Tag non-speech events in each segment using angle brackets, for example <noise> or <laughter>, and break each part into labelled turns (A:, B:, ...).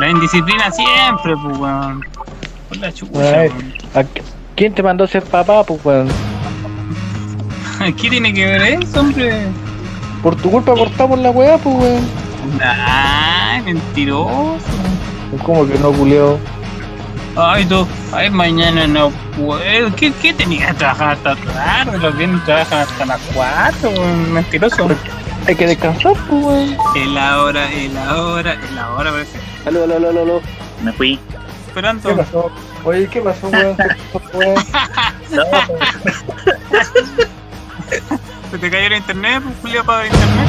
A: La indisciplina siempre, pues, weón. Por la chucha,
B: Ay.
A: weón. <laughs>
B: ¿A qu- ¿Quién te mandó a ser papá, pues, weón?
A: ¿Qué tiene que ver eso, hombre?
B: Por tu culpa cortamos la weá, pues, weón.
A: Ay, mentiroso.
B: ¿Cómo que no, culeo?
A: Ay, tú, ay, mañana no puedo. ¿Qué, qué tenía que trabajar hasta tarde? Los viernes trabajan hasta las 4, weón. Mentiroso.
B: Hay que descansar, pues, weón.
A: El ahora, el ahora, el ahora parece.
B: Aló, aló, aló, aló, aló.
C: Me fui.
B: ¿Qué
A: Esperando.
B: pasó? Oye, ¿qué pasó, weón? ¿Qué pasó, weón?
C: No,
A: ¿Se te cayó el internet? pues, Julio para el internet?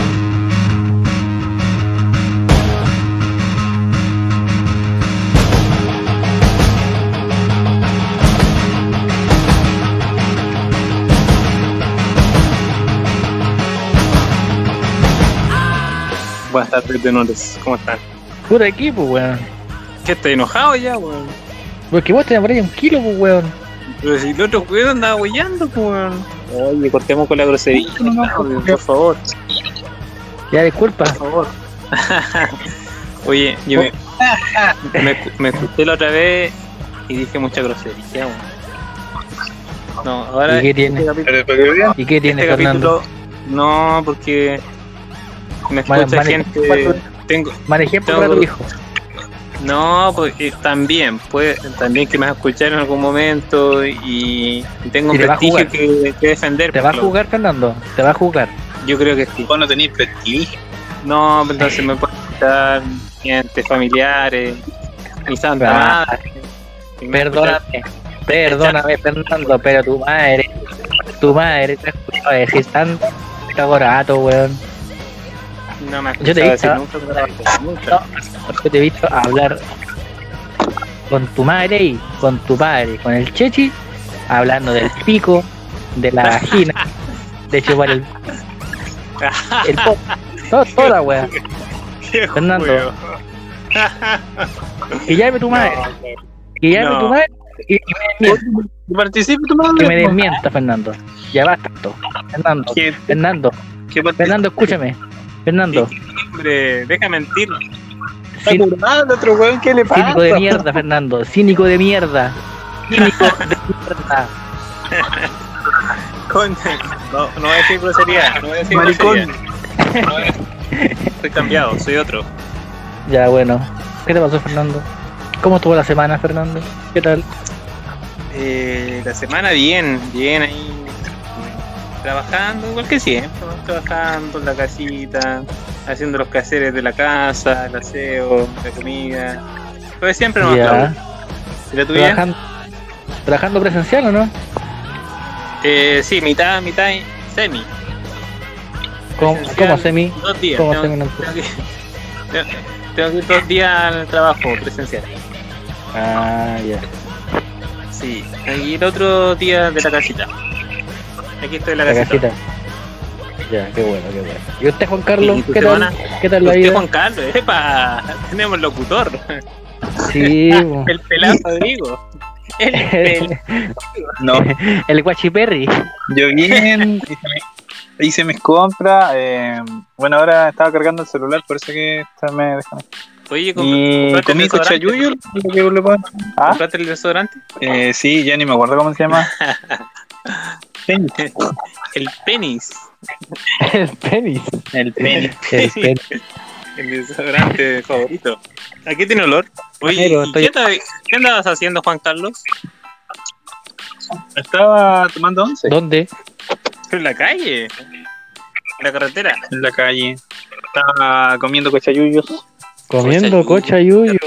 C: buenas tardes, tenores. ¿Cómo están?
B: Pura aquí, pues, weón.
A: ¿Qué estoy enojado ya, weón?
B: Porque vos te llamarías un kilo, pues, weón.
A: Pero si el otro weón andaba huellando, pues, weón.
C: Oye, cortemos con la grosería. Claudio, por favor,
B: Ya, disculpa.
C: por favor. <laughs> Oye, yo me, me, escu- me escuché la otra vez y dije mucha grosería. weón. No, ahora.
B: ¿Y qué tiene?
C: este capi-
B: ¿Y qué tiene,
C: este
B: Fernando?
C: capítulo. No, porque. Me
B: Vale,
C: escucha
B: vale.
C: gente. Tengo,
B: Manejé por
C: Tengo-
B: tu hijo.
C: No, pues eh, también, pues también que me vas a escuchar en algún momento y tengo un
B: Y te va a
C: prestigio
B: jugar.
C: que, que defender.
B: ¿Te va a
C: Pablo.
B: jugar, Fernando? ¿Te va a jugar?
C: Yo creo que sí.
D: Vos no tenés prestigio.
C: No, pero entonces me pueden escuchar gente, familiares, mi santa
B: Ah,
C: madre. Y me escuchan-
B: Perdóname, perdóname, Fernando, pero tu madre, tu madre te ha escuchado decir tanto cagorato, weón.
C: No me has
B: Yo te
C: escuchado
B: dije,
C: decir nunca, pero
B: <laughs>
C: nunca.
B: Yo te he visto hablar con tu madre y con tu padre, con el chechi, hablando del pico, de la vagina, de chupar el. el pop, todo, toda la weón.
C: Qué
B: Fernando.
C: juego.
B: Que llame tu madre, que llame
C: No.
B: tu madre y, y me desmienta,
D: Participa tu
B: que me
C: pues.
B: desmienta, Fernando. Ya basta, Fernando,
C: Qué
B: Fernando,
D: ¿Qué participa?
B: Fernando, escúchame. Fernando,
C: hombre, deja mentir.
B: sin-
D: Ah, el otro weón, ¿qué le pasa?
B: Cínico de mierda, Fernando. Cínico de mierda. Cínico de mierda.
C: Con... No, no voy a decir grosería, no voy a decir
D: Maricón.
C: grosería. No voy a- Estoy cambiado, soy otro.
B: Ya, bueno. ¿Qué te pasó, Fernando? ¿Cómo estuvo la semana, Fernando? ¿Qué tal?
C: Eh, la semana bien, bien ahí. Trabajando, igual que siempre, ¿no? trabajando en la casita, haciendo los quehaceres de la casa, el aseo, la comida. Pero siempre nos
B: ya.
C: aplaudo. ¿Y la tuya?
B: ¿Trabajando, ¿Trabajando presencial o no?
C: Eh, sí, mitad, mitad y semi,
B: ¿Cómo,
C: Presencial.
B: cómo semi?
C: dos días.
B: ¿Cómo
C: tengo,
B: semi? No?
C: tengo que, tengo- <laughs> tengo que ir dos días al trabajo presencial.
B: Ah, ya.
C: Sí, y el otro día de la casita. Aquí estoy en la,
B: La
C: casita.
B: casita. Ya, qué bueno, qué bueno. ¿Y usted, Juan
C: ¿Y
B: Carlos?
C: tu
B: ¿Qué
C: semana?
B: tal? ¿Qué tal la
C: Usted,
B: vida?
C: Juan Carlos, epa, tenemos locutor.
B: Sí, bo.
C: El pelado Rodrigo. El,
B: eh,
C: pel-
D: No,
B: el guachiperri. <laughs>
D: yo bien. hice mi- Hice mis compras. eh, bueno, ahora estaba cargando el celular, por eso que se me dejan.
C: Oye, comp-
D: Y
C: compraste
D: comí
C: el desodorante.
D: cochayuyo. lo que le puedo- Ah,
C: ¿Compraste el desodorante?
D: eh, sí, ya ni me acuerdo cómo se llama.
C: El penis.
B: El penis.
D: El tenis.
B: <laughs> El penis.
C: El desodorante favorito. ¿A qué tiene olor? Oye,
B: Pero
C: ¿y
B: estoy-
C: ¿qué, andaba- qué andabas haciendo, Juan Carlos?
D: Estaba tomando once
B: ¿Dónde?
C: En la calle. En la carretera.
D: en la calle. Estaba comiendo cochayuyos.
B: Comiendo
C: Cocha
B: cocha yuyo.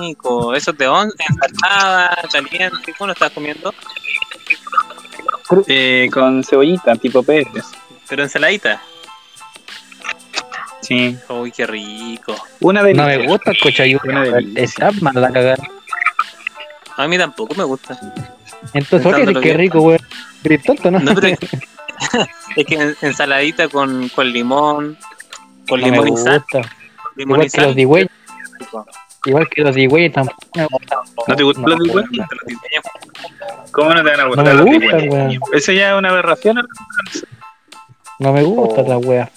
C: Rico. Eso de once, ensalada, caliente. ¿Cómo lo estás comiendo?
D: eh, con cebollita, tipo Pérez.
C: Pero ensaladita.
D: Sí.
C: Uy, qué rico.
D: Una de
B: No me gusta el cochayuyo.
D: Una delicia.
B: Está mal la cagada.
C: A mí tampoco me gusta.
B: Entonces, oye,
C: Pensándolo
B: qué
C: bien.
B: rico, weón. Eres tonto, ¿no?
C: No, pero es que, <laughs> es que en- ensaladita con, con limón, con
B: No
C: limón
B: me
C: y sal.
B: gusta.
C: Limón
B: Igual
C: y
B: que los
C: sal.
B: digüeyes.
C: rico.
B: Igual que los digüeyes tampoco me gustan.
D: ¿No te gustan los digüeyes?
C: Te lo diseño.
D: ¿Cómo no te van a
B: No
D: gustar?
B: me
D: los
B: gustan,
D: digüeyes?
B: weón.
D: Eso ya es una aberración.
B: No me gustan las weas.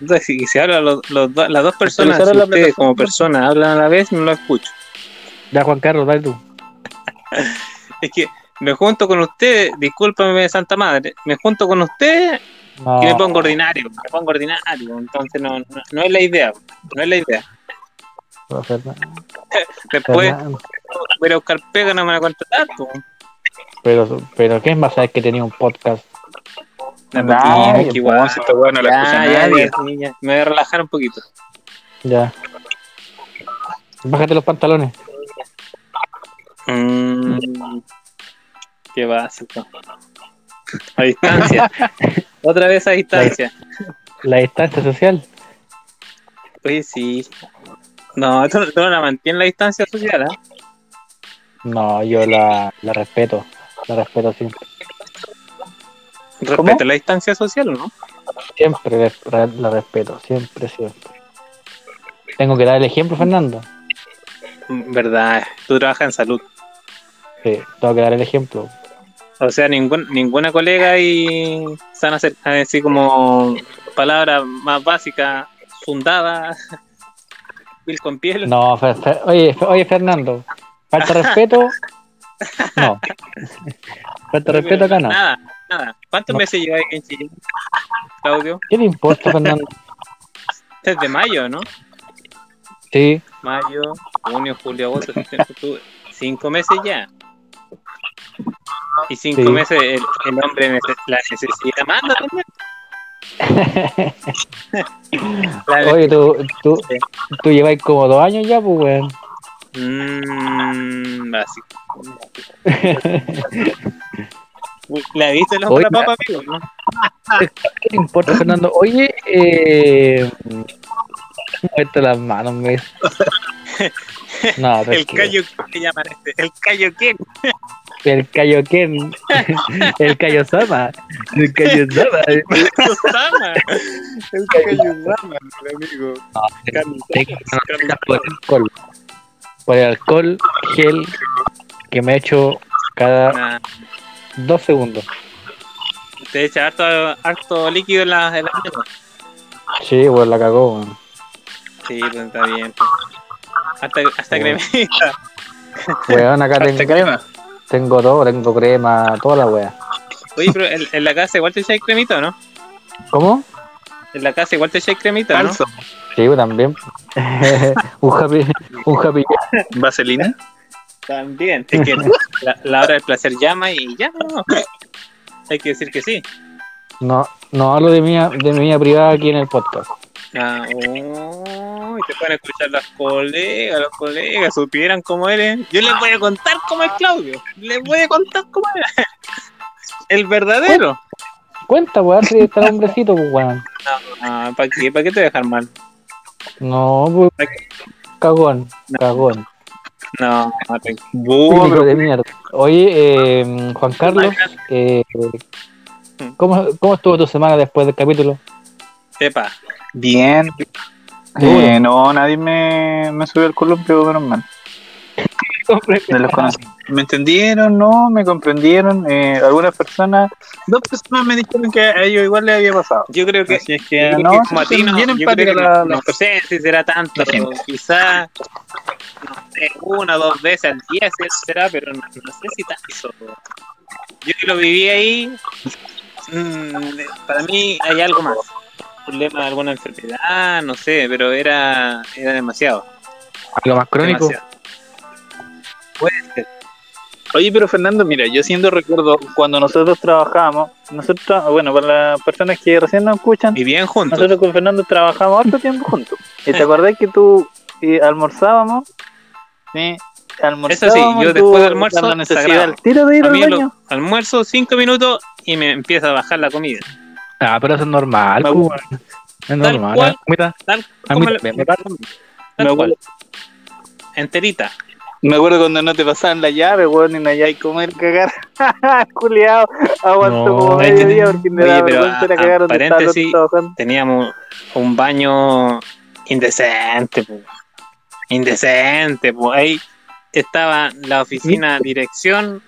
C: Entonces, si, si hablan los- los do- las dos personas, si
D: Actualizaron la
C: ustedes
D: plataforma.
C: como personas hablan a la vez, no lo escucho.
B: Ya, Juan Carlos, dale tú.
C: Es que me junto con ustedes, discúlpame, Santa Madre, me junto con ustedes
B: No.
C: y me pongo ordinario, me pongo ordinario. Entonces, no, no, no es la idea, no es la idea.
B: Fernan-
C: Después,
B: Fernan-
C: voy a ir a buscar pega, no me van a pues, contratar. po.
B: Pero, pero ¿qué más sabes que tenía un podcast?
D: No,
C: Ay,
D: que
C: qué
D: bueno,
C: guay.
D: esta weá no la escucha
C: Ya, ya,
D: nadie.
C: Dios mío, ya. Me voy a relajar un poquito.
B: Ya. Bájate los pantalones.
C: Mm, qué básico. A distancia. Otra vez a distancia.
B: La distancia social.
C: Oye, sí. No, tú, tú no la mantienes la distancia social, ¿ah?
B: No, yo la, la respeto. La respeto siempre.
C: Respeta la distancia social, ¿no?
B: Siempre res- la, respeto. Siempre, siempre. Tengo que dar el ejemplo, Fernando.
C: Mm, Verdad, tú trabajas en salud.
B: Sí, tengo que dar el ejemplo.
C: O sea, ningún, ninguna colega ahí están a decir como palabras más básicas, <laughs> fundadas, piel con piel.
B: No, Fer- Fer- oye, Fer- oye, Fernando. Falta respeto. No. Falta respeto acá no.
C: Nada, nada. ¿Cuántos
B: No.
C: meses lleváis aquí en Chile, Claudio?
B: ¿Qué le importa, Fernando?
C: Desde mayo, ¿no?
B: Sí,
C: mayo, junio, julio, agosto, septiembre, octubre. Cinco meses ya. Y cinco
B: Sí.
C: meses el, el hombre nece- la necesidad manda
B: <laughs>
C: también. La-
B: oye, tú, tú, tú llevas como dos años ya, pues, weón.
C: Mm, básico. ¿La viste el
B: Oye,
C: hombre a papa, amigo? ¿no?
B: ¿Qué te importa, Fernando? Oye, eh. Muestra las manos, me.
C: <laughs>
B: No,
C: El
B: tranquilo.
C: callo que le llaman este. El callo que.
B: El callo Ken. <laughs> El callo Sama. El callo
C: <laughs>
B: Sama.
C: Susana. El
D: Cayudama, amigo.
B: Por <laughs> el alcohol. Por el alcohol, gel, que me echo cada
C: Nah,
B: dos segundos.
C: Te echa harto, harto líquido en la, en la mierda.
B: Sí, weón, la cagó, weón.
C: Sí, pues está bien. pues. Hasta, hasta
B: Sí.
C: cremita.
B: Weón, acá
D: Hasta
B: tengo,
D: crema.
B: tengo todo, tengo crema, toda la wea.
C: <laughs> Oye, pero en, en la casa igual te echáis cremita, ¿o ¿no?
B: ¿Cómo?
C: En la casa igual te echáis cremita, ¿no?
D: Falso.
B: Sí, weón, también. <laughs> un happy, un happy
D: ¿Vaselina?
C: También. Es que la, la hora del placer llama y ya, ¿no? Hay que decir que sí.
B: No, no hablo de mi, de mi vida privada aquí en el podcast.
C: Ah, uy, te pueden escuchar las colegas, los colegas, supieran cómo eres. Yo les voy a contar cómo es Claudio. Les voy a contar cómo era. <laughs> El verdadero.
B: Cuenta, weón, si está el hombrecito, pues, weón.
C: Ah, ¿para qué? ¿Para qué te voy a dejar mal?
B: No, pues, cagón, cagón.
C: No, te-
B: Técnico de mierda. Oye, eh, Juan Carlos, eh, ¿cómo, ¿cómo estuvo tu semana después del capítulo?
C: sepa.
D: Bien. Eh, no, nadie me, me subió al columpio, menos mal. De los conocidos. me entendieron, no, me comprendieron. eh, algunas personas, dos personas me dijeron que a ellos igual les había pasado.
C: Yo creo que
D: Así es
C: Yo
D: que
C: creo
D: no,
C: que
D: sí,
C: como a ti
D: sí,
C: no,
D: bien
C: yo creo
D: empática
C: que no-
D: la-
C: no sé si será tanto,
D: la gente.
C: quizás una o dos veces al día se- será, pero no, no sé si tanto. Yo que lo viví ahí, mm, para mí hay algo más. Problema de alguna enfermedad, no sé, pero era, era demasiado.
B: Lo más crónico.
C: demasiado. Puede ser.
D: Oye, pero Fernando, mira, yo siendo recuerdo cuando nosotros trabajábamos, nosotros, tra- bueno, para las personas que recién nos escuchan,
C: Vivían juntos.
D: nosotros con Fernando trabajamos harto tiempo juntos. ¿Y te acordás que tú eh, almorzábamos? Sí, almorzábamos.
C: yo
D: tú,
C: después del almuerzo,
D: cuando necesidad
C: sagrado.
D: al tiro de ir
C: A
D: al
C: mí
D: baño.
C: lo- almuerzo cinco minutos y me empieza a bajar la comida.
B: Ah, pero eso es normal,
C: Me
B: pues, weón. Es
C: Tal
B: normal. ¿eh?
C: cual.
B: Mira,
C: Tal
B: A mí
C: como la-
B: también me
C: tal
D: Me
C: cual.
D: acuerdo,
C: Enterita.
D: me acuerdo cuando no te pasaban la llave, weón, y no hay comer cagar. <laughs> Culeado, aguantó
B: No.
D: como medio día porque me
C: Oye,
D: daba
C: pero
D: vergüenza ir a
C: a-
D: cagar donde estaba el otro
C: paréntesis,
D: trabajando.
C: teníamos un baño indecente, po. indecente, po. ahí estaba la oficina, dirección,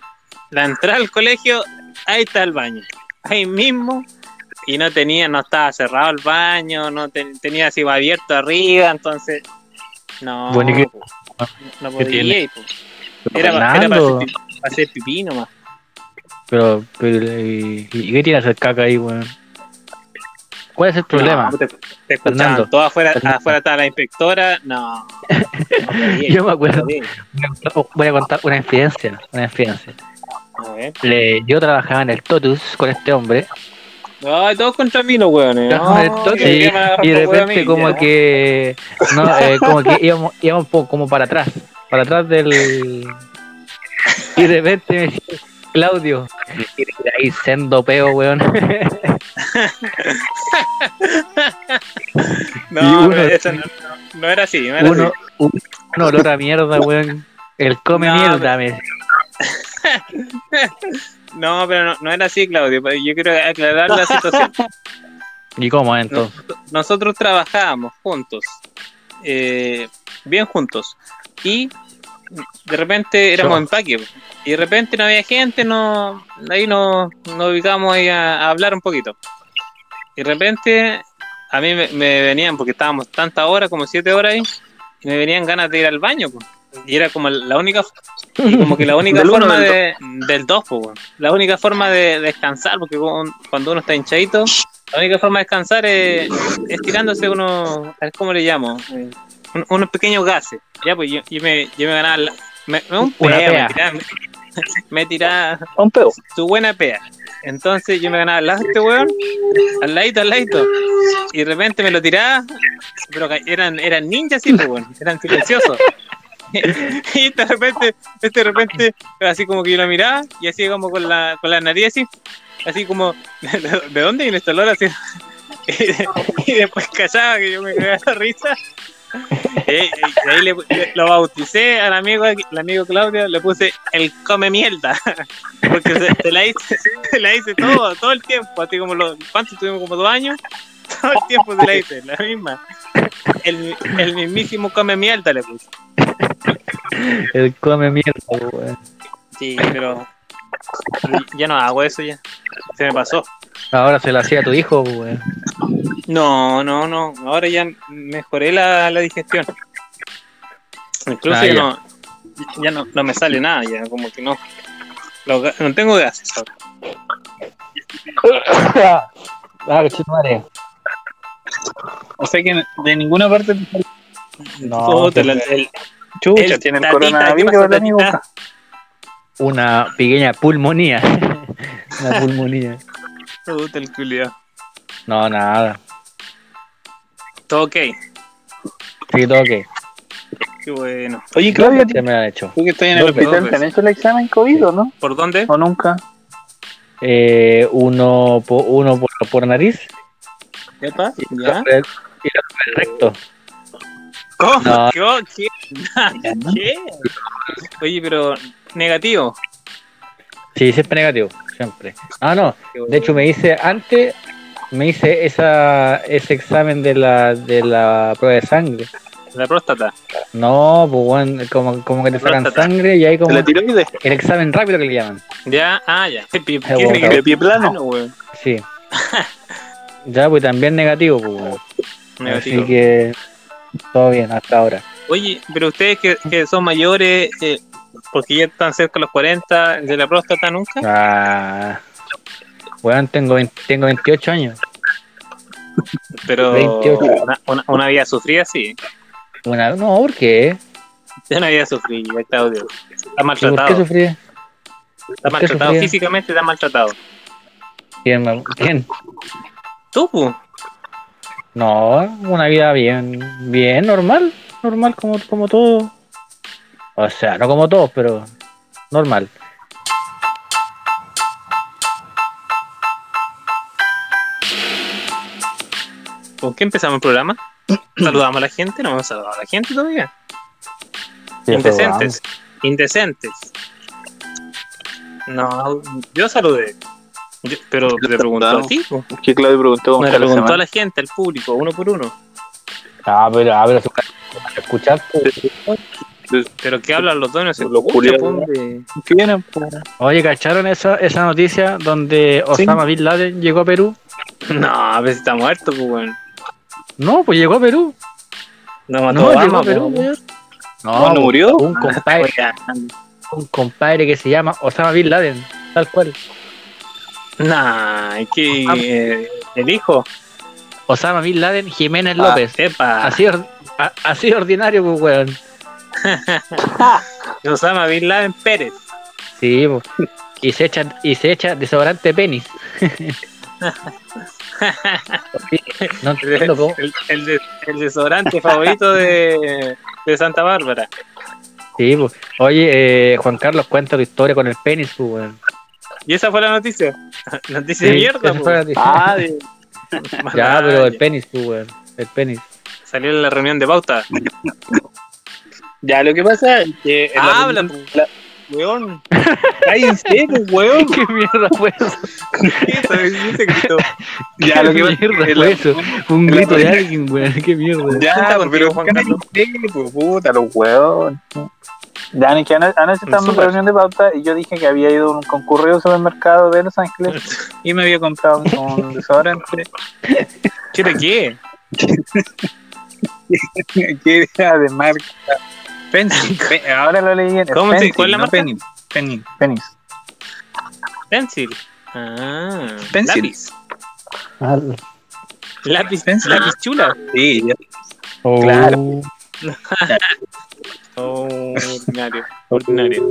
C: la entrada al colegio, ahí está el baño, ahí mismo, y no tenía, no estaba cerrado el baño, no te- tenía así abierto arriba, entonces no,
B: Bueno, ¿y qué-
C: no
B: qué tiene?
C: podía ir. po. Era, pa- era para,
B: Fernando.
C: hacer, pi- para hacer pipí nomás.
B: Pero, pero, ¿y, y qué tiene hacer caca ahí, weón? ¿Cuál es el problema?
C: No, te, te escuchaban
B: Fernando.
C: todo afuera,
B: Fernando.
C: afuera estaba la inspectora,
B: <laughs>
C: no. no podía ir,
B: <laughs> Yo me acuerdo.
C: no podía ir.
B: Voy a contar una infidencia, una infidencia.
C: A ver.
B: Le- yo trabajaba en el Totus con este hombre
C: Ay, todos contra mí los hueones.
B: <laughs> Trabajaba en el
C: No,
B: Totus
C: que-
B: y,
C: que me agarró
B: y de
C: por hueón a
B: repente
C: mí,
B: como
C: ya.
B: que no, eh, como que íbamos, íbamos un poco como para atrás, para atrás del y de repente me dice Claudio y de ahí sendo peo weón
C: No,
B: y uno-
C: eso no, no- no era así, no era
B: uno, un, un olor a mierda weón el come
C: No,
B: mierda me decía.
C: así. No, pero no, no era así, Claudio. pero Yo quiero aclarar la situación.
B: <laughs> y cómo entonces
C: nosotros trabajábamos juntos, eh, bien juntos, y de repente éramos
B: Yo.
C: empaque, po. y de repente no había gente, no, ahí nos no ubicamos ahí a, a hablar un poquito. Y de repente a mí me, me venían, porque estábamos tantas horas, como siete horas ahí, y me venían ganas de ir al baño, po. y era como la única y como
D: <laughs>
C: que la única
D: Del uno,
C: forma
D: del
C: de, del 2, la única forma de descansar, porque con- cuando uno está hinchadito, la única forma de descansar es, es tirándose uno, a ver, ¿cómo le llamo? Eh, un- unos pequeños gases. Ya, pues yo, yo me, yo me ganaba la- me, me- un
B: Una
C: pea,
B: pea.
C: me tiraba, <laughs> me tiraba
D: Un pedo.
C: su buena pea. Entonces yo me ganaba al lado de este weón, al ladito, al ladito. Y de repente me lo tiraba, pero ca- eran, eran ninjas, sí, pues, weón, eran silenciosos. <laughs> Y de repente, este de repente, así como que yo lo miraba y así como con la, con la nariz así, así como, <laughs> ¿de dónde viene este olor? Así, <laughs> y, de- y después callaba que yo me quedaba la risa. Y, ahí- y ahí le, le- lo bauticé al amigo, al amigo Claudio, le puse el come mierda. Porque se, se la <laughs> hice, se la hice todo, todo el tiempo. Así como los, ¿cuánto tuvimos? Como dos años. <laughs> Todo el tiempo se la hice, la misma. El, el mismísimo come pues. mierda le puse.
B: el come mierda weón
C: Sí, pero ya no hago eso ya. Se me pasó.
B: ahora se lo hacía a tu hijo weón
C: No, no, no. Ahora ya mejoré la, la digestión. Incluso
B: Ah,
C: ya,
B: ya.
C: no, ya no, no me sale nada, ya como que no. Los ga- no tengo gases ahora.
B: <laughs> ah qué madre
D: O sea que de ninguna parte.
B: no
C: Puta, el- el-
D: Chucha,
C: el
D: tiene el
C: tatita, ¿qué
D: coronavirus,
C: pasó,
D: el amigo.
C: tatita?
B: una pequeña pulmonía. <laughs> una pulmonía.
C: Puta, el culiao.
B: No, nada.
C: Todo ok.
B: Sí, todo ok.
C: Qué bueno.
D: Oye, Claudio,
B: Se me lo han hecho.
D: tú que estás en el
C: Dos veces.
D: hospital, ¿te han hecho el examen COVID o no?
C: ¿Por dónde?
D: ¿O nunca?
B: Eh, uno po- uno por, por nariz
C: ¿Epa?
B: y
C: ¿Ya?
B: otro por el y el otro por el recto.
C: ¿Cómo?
B: No.
C: ¿Qué? ¿Qué? ¿Qué? Oye, pero negativo.
B: Sí, siempre negativo. Siempre. Ah, no.
C: Qué bueno.
B: De hecho, me hice antes. Me hice esa, ese examen de la, de la prueba de sangre.
C: la próstata.
B: No, pues bueno, como, como que te sacan sangre y ahí como
D: ¿La tiroides?
B: el examen rápido que le llaman.
C: Ya, ah, ya. ¿Qué, qué,
B: bueno.
C: qué-
D: ¿De pie plano?
C: plano, weón? <laughs>
B: Sí. ya, pues también negativo, pues. weón.
C: Negativo.
B: Así que todo bien hasta ahora.
C: Oye, pero ustedes que, que son mayores, eh, porque ya están cerca de los 40, de la próstata nunca.
B: Ah, weón, tengo, 20 tengo 28 años.
C: Pero
B: 28.
C: una, una, una vida sufrida, sí. <laughs>
B: Una, no, ¿por qué?
C: Ya una vida sufrida, está odio. Está
B: ¿Y ¿Por qué
C: maltratado.
B: sufrí?
C: Está
B: por qué
C: maltratado
B: sufría?
C: físicamente, está maltratado.
B: ¿Quién, me- quién?
C: ¿Tú? pu?
B: No, una vida bien, bien, normal, normal como, como todo. O sea, no como todos, pero normal.
C: ¿Con qué empezamos el programa? <clears throat> ¿Saludamos a la gente? ¿No hemos saludado a la gente todavía? Indecentes. Indecentes. No, yo saludé. Yo- pero le preguntó a ti, po.
D: Que Claudio preguntó cómo
C: me
D: está la
C: preguntó a
D: semana.
C: la gente, al público, uno por uno.
B: Ah, pero, ah, pero su- escuchar, pues,
C: Pero que hablan los dones
D: Los culiados.
C: pues,
D: ¿Qué vienen, po?
B: Oye, ¿cacharon esa, esa noticia donde Osama Bin Laden llegó a Perú?
C: No, a veces está muerto, pues, weón.
B: No, pues llegó a Perú.
C: No
B: No,
C: mató a
B: llegó
C: Obama,
B: a Perú,
C: pues, Ah,
B: weón.
D: ¿No, no murió?
B: Un compadre,
C: weón.
B: un compadre que se llama Osama Bin Laden, tal cual.
C: Nah, es que
B: Ah,
C: eh, el hijo.
B: Osama Bin Laden Jiménez
C: ah,
B: López.
C: Sepa.
B: Así, or- a- así de ordinario, pues, weón.
C: Osama Bin Laden Pérez.
B: Sí, po. y se echa, y se echa desodorante penis. Sí, <laughs> no entiendo cómo.
C: El, el de- el desodorante favorito de, de Santa Bárbara.
B: Sí, po. Oye, eh, Juan Carlos cuenta tu historia con el penis, pues, weón.
C: Y esa fue la noticia. <laughs> Noticia
B: Sí,
C: de mierda,
B: esa fue la
C: pues.
B: noticia.
D: Ah, de-
B: Ya, pero el
C: Ya,
B: penis, pues, weón. El penis.
C: Salió en la reunión de pauta.
D: ya, lo que pasa es que. en la
C: Habla,
D: reunión-
C: pues.
D: la-
C: Weón.
D: Cállense, pues, weón.
B: <laughs> ¿Qué mierda fue eso?
C: ¿Qué es eso? ¿Qué
B: <laughs>
C: gritó?
D: Ya, <laughs> lo que pasa
B: mierda
D: es
B: fue
D: que. la-
B: eso? Un
D: la-
B: grito de alguien, weón. <laughs> Qué mierda.
C: Está
D: Ya,
C: contigo,
D: pero
C: Juan
D: cállense,
C: Carlos.
D: pues, puta, los huevos. Ya, ni que ano- anoche estábamos en
C: Súper.
D: reunión de pauta y yo dije que había ido a un concurrido supermercado de Los Ángeles <laughs> y me había comprado un, un <laughs> desodorante
C: ¿Qué de qué?
D: que era de marca <laughs> Penny. Pe- Ahora lo leí bien. es
C: ¿Cómo se-
D: Penny,
C: cuál es la
D: no
C: marca?
D: Penny. Penny. Penny.
C: Pencil. Ah,
D: Pencil.
C: Lápiz. Lápiz,
D: Pencil.
C: lápiz chula.
D: Sí, ya.
B: Claro.
C: Oh, ordinario. Ordinario.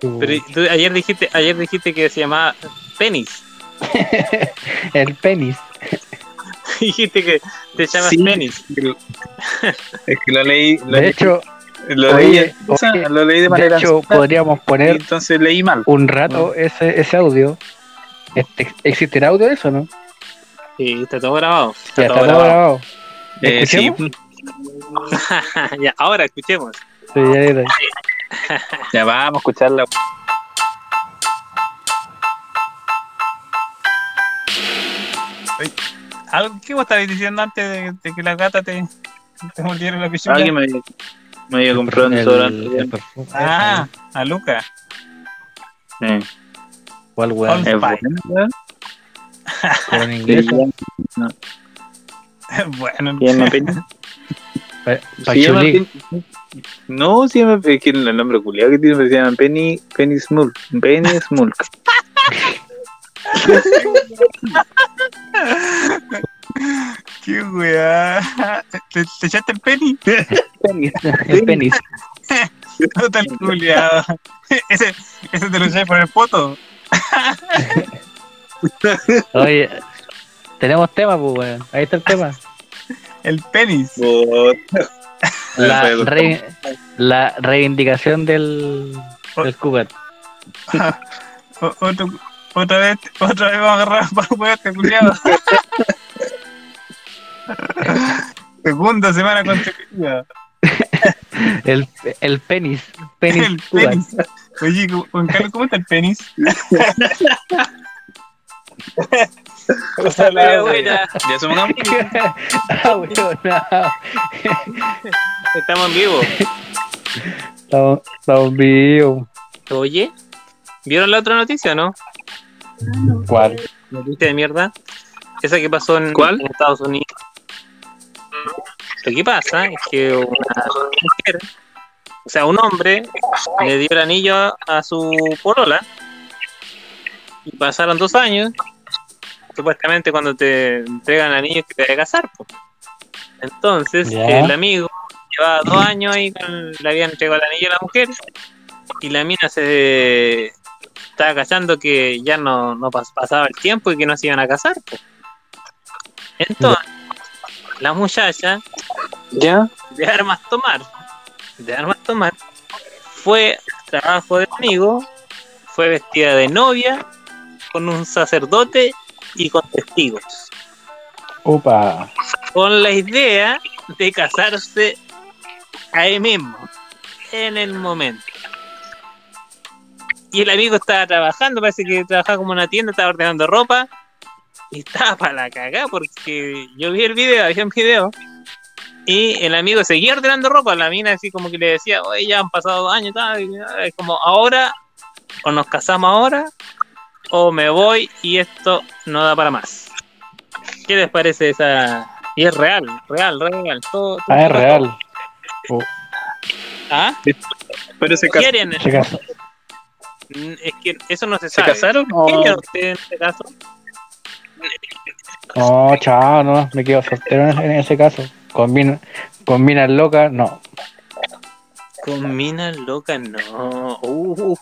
C: Pero tú ayer dijiste, ayer dijiste que se llamaba penis. <laughs>
B: El penis.
C: dijiste que te llamas
D: Sí.
C: penis.
D: <laughs> Es que lo leí. Lo,
B: De hecho,
D: lo
B: oye,
D: leí, o sea,
B: oye,
D: lo leí de
B: de
D: manera.
B: hecho
D: ansiosa,
B: podríamos
D: y
B: poner
D: entonces leí mal.
B: un rato ese, ese audio. Este, ¿Existirá audio de eso, no?
C: Sí, está todo grabado.
B: Ya está todo grabado. ¿Lo
D: Eh, sí.
B: escuchamos?
C: <laughs> ya, ahora escuchemos.
B: Sí, ya era.
D: Ya vamos a escucharla.
E: Algo- ¿Qué vos estabas diciendo antes de, de que la gata te, te mordiera la pichula?
C: Alguien me, me había comprado un
B: El-
C: desodorante.
B: el perfume.
E: Ah, a Luca. <laughs>
B: ¿Cuál weón?
E: Es
D: Eh, bueno.
B: Con inglés.
E: bueno, <laughs>
B: <laughs> Pa-
D: Se llama
B: Pachulí.
D: Penny- No, se llama es que el nombre culiado que tiene, se llama Penny, Penny Smulk. Penny
C: <laughs>
D: Smulk.
E: qué weá. <laughs> ¿Te, te echaste el penny?
B: <laughs> El penis.
E: No tan culiado. <laughs> Ese, ese te lo eché por el poto.
B: Oye, tenemos tema, pues, weón. Ahí está el tema.
E: El penis.
B: La,
D: Alfredo.
B: re- la reivindicación del, del Cougar.
E: O- otro- otra vez, otra vez vamos a agarrar para jugar este culiado. <laughs> Segunda semana consecutiva.
B: El, el penis. Penis
E: El
B: Cougar.
E: penis. Oye, Juan Carlos, ¿cómo está el penis?
C: Cosa la buena.
D: Ya supongamos que
B: <laughs> Ah, weón, ah.
C: Estamos en vivo.
B: Estamos- estamos vivos.
C: Oye, ¿vieron la otra noticia, no?
B: ¿Cuál?
C: Noticia de mierda. Esa que pasó en,
D: ¿Cuál?
C: en Estados Unidos. Lo que pasa es que una mujer, o sea, un hombre, le dio el anillo a- a su porola. Y pasaron dos años. Supuestamente cuando te entregan el anillo es que te vas a casar. po. Entonces,
B: Ya.
C: el amigo llevaba dos años ahí, con, le habían entregado el anillo a la mujer. Y la mina se, estaba cachando que ya no, no pas- pasaba el tiempo y que no se iban a casar. po. Entonces, la muchacha,
D: ya.
C: de armas tomar, de armas tomar, fue al trabajo de amigo, fue vestida de novia, con un sacerdote y con testigos.
B: Upa.
C: Con la idea de casarse ahí mismo, en el momento. Y el amigo estaba trabajando, parece que trabajaba como en una tienda, estaba ordenando ropa. Y estaba para la cagada porque yo vi el video, había un video Y el amigo seguía ordenando ropa, la mina así como que le decía, oye, ya han pasado dos años, y tal, y, ah, es como ahora, o nos casamos ahora, o me voy y esto no da para más. ¿Qué les parece esa? Y es real, real, real. Todo, todo-
B: Ah, es real.
C: ¿Ah?
D: Pero se casaron.
C: ¿Quieren?
B: Se casó.
C: Mm, Es que eso no se
D: ¿Se
C: sabe.
D: casaron?
C: ¿Quieren ustedes en este caso?
B: No, chao, no, me quedo soltero en ese, en ese caso. Combina, combina loca, no.
C: Con minas locas, no. Uh,